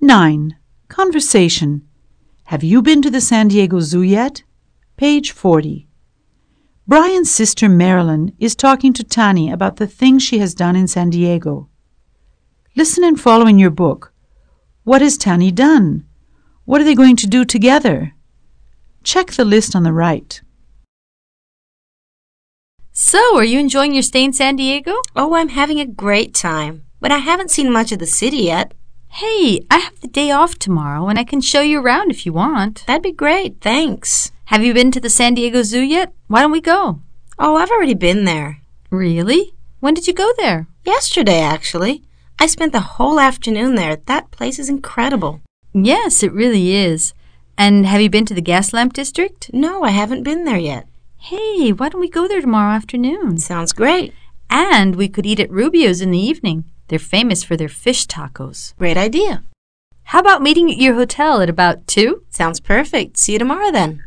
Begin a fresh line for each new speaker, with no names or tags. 9. Conversation. Have you been to the San Diego Zoo yet? Page 40. Brian's sister Marilyn is talking to Tani about the things she has done in San Diego. Listen and follow in your book. What has Tani done? What are they going to do together? Check the list on the right.
So, are you enjoying your stay in San Diego?
Oh, I'm having a great time, but I haven't seen much of the city yet.
Hey, I have the day off tomorrow and I can show you around if you want.
That'd be great, thanks.
Have you been to the San Diego Zoo yet? Why don't we go?
Oh, I've already been there.
Really? When did you go there?
Yesterday, actually. I spent the whole afternoon there. That place is incredible.
Yes, it really is. And have you been to the gas lamp district?
No, I haven't been there yet.
Hey, why don't we go there tomorrow afternoon?
Sounds great.
And we could eat at Rubio's in the evening. They're famous for their fish tacos.
Great idea.
How about meeting at your hotel at about 2?
Sounds perfect. See you tomorrow then.